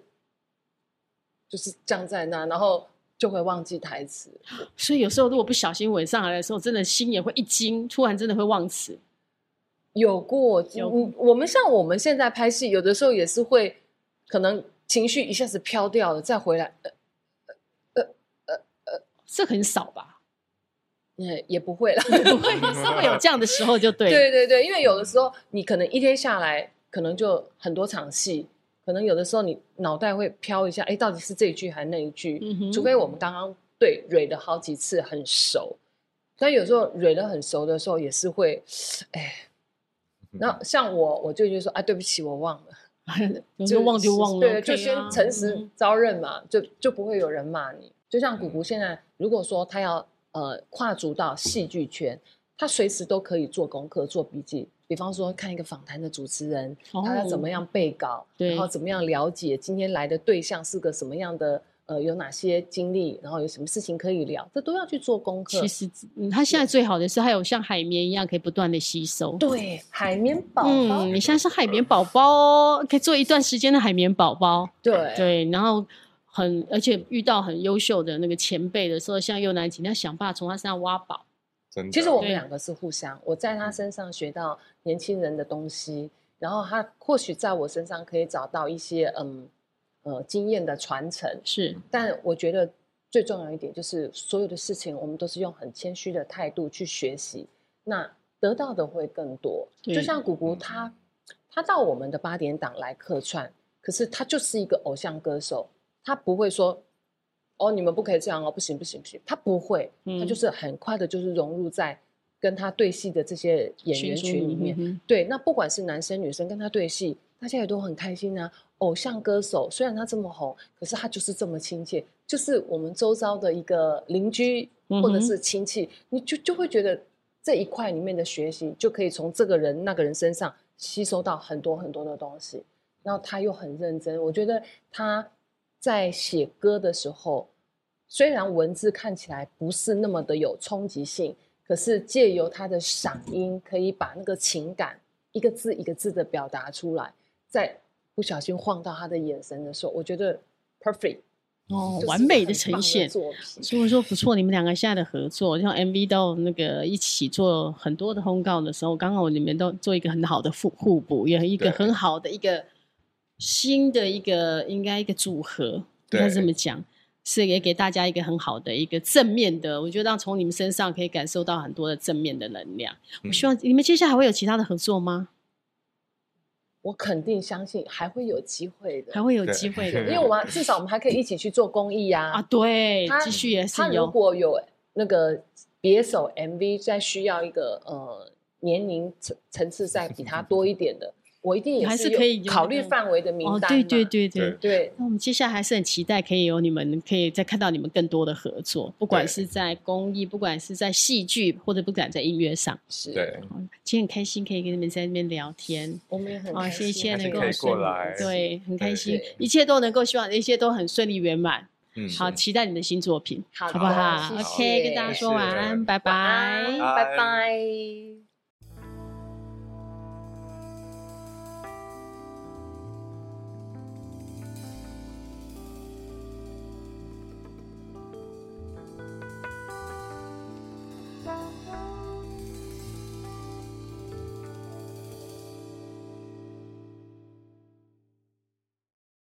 S3: 就是这样在那，然后就会忘记台词。
S2: 所以有时候如果不小心吻上来的时候，真的心也会一惊，突然真的会忘词。
S3: 有过，
S2: 有
S3: 嗯，我们像我们现在拍戏，有的时候也是会可能情绪一下子飘掉了，再回来，呃
S2: 这很少吧？
S3: 嗯，也不会了。
S2: 不会，是会有这样的时候就对了。
S3: 嗯对对对，因为有的时候你可能一天下来，可能就很多场戏，可能有的时候你脑袋会飘一下，哎，到底是这一句还是那一句？
S2: 嗯哼
S3: 除非我们刚刚对蕊了好几次很熟，但有时候蕊了很熟的时候也是会，哎，那
S1: 嗯
S3: 像我，我就觉得说，啊，对不起，我忘了，
S2: 有时候忘就忘了，
S3: 对，
S2: OK
S3: 就先
S2: 啊
S3: 诚实
S2: 嗯
S3: 招认嘛，就就不会有人骂你。就像谷谷现在，如果说他要呃跨足到戏剧圈，他随时都可以做功课、做笔记。比方说，看一个访谈的主持人，
S2: 哦
S3: 他要怎么样背稿，
S2: 对
S3: 然后怎么样了解今天来的对象是个什么样的，呃，有哪些经历，然后有什么事情可以聊，这都要去做功课。
S2: 其实，嗯，他现在最好的是还有像海绵一样可以不断的吸收。
S3: 对海绵宝宝，
S2: 嗯，你现在是海绵宝宝哦，可以做一段时间的海绵宝宝。
S3: 对
S2: 对，然后很而且遇到很优秀的那个前辈的时候，像右南琴，他想办法从他身上挖宝。
S1: 真的。嗯
S3: 其实我们
S2: 对
S3: 两个是互相，我在他身上学到年轻人的东西，然后他或许在我身上可以找到一些嗯呃经验的传承。
S2: 是，
S3: 但我觉得最重要一点就是，所有的事情我们都是用很谦虚的态度去学习，那得到的会更多。
S2: 对嗯
S3: 就像谷谷他，他到我们的八点档来客串，可是他就是一个偶像歌手，他不会说。哦，你们不可以这样哦，不行不行不行，他不会，他
S2: 嗯
S3: 就是很快的，就是融入在跟他对戏的这些演员
S2: 群
S3: 群里
S2: 里
S3: 面
S2: 面，。嗯
S3: 对，那不管是男生女生跟他对戏，大家也都很开心啊。偶像歌手虽然他这么红，可是他就是这么亲切，就是我们周遭的一个邻居
S2: 嗯哼
S3: 或者是亲戚，你就就会觉得这一块里面的学习，就可以从这个人那个人身上吸收到很多很多的东西。然后他又很认真，我觉得他在写歌的时候，虽然文字看起来不是那么的有冲击性，可是借由他的嗓音，可以把那个情感一个字一个字的表达出来，在不小心晃到他的眼神的时候，我觉得 perfect，
S2: 哼哦
S3: 就，是
S2: 完美的
S3: 很
S2: 呈
S3: 棒
S2: 现。
S3: 作品。
S2: 所以我说不错，你们两个现在的合作，像 MV 到那个一起做很多的通告的时候，刚好你们都做一个很好的互互补，也一个
S1: 对
S2: 很好的一个新的一个应该一个组合，应该
S1: 对
S2: 这么讲，是也给大家一个很好的一个正面的，我觉得让从你们身上可以感受到很多的正面的能量。我
S1: 嗯
S2: 希望你们接下来还会有其他的合作吗？
S3: 我肯定相信还会有机会的
S2: 还，会有
S1: 对
S2: 机会的
S3: 因为我们至少我们还可以一起去做公益啊。
S2: 啊？哦对
S3: 他，
S2: 继续也是
S3: 他如
S2: 有，
S3: 果有那个别手 MV 再需要一个呃年龄层层次再比他多一点的，我一定也
S2: 还是
S3: 有
S2: 可以有那
S3: 考虑
S2: 个
S3: 范围的名
S2: 哦，
S3: 单嘛、
S2: 对对对对
S1: 对。
S3: 对
S2: 那我们接下来还是很期待可以有你们，可以再看到你们更多的合作，不管
S1: 对
S2: 是在公益，不管是在戏剧，或者不管在音乐上。
S3: 是，
S1: 对，
S2: 哦今天很开心可以跟你们在那边聊天，
S3: 我们也很
S2: 哦，
S3: 开
S2: 谢
S3: 心
S2: 谢
S1: 还
S2: 能
S1: 是
S2: 够
S1: 可以
S2: 顺
S1: 过
S2: 利
S1: 来
S2: 对，很开
S1: 对
S2: 心
S3: 对，
S2: 一切都能够希望一切都很顺利圆满。
S1: 嗯
S2: 好，期待你们的新作品，
S3: 好
S2: 好不好
S3: 的谢谢
S2: ？OK，跟大家说晚
S1: 谢谢
S2: 安，拜
S3: 晚安，
S2: 拜。
S3: 拜拜。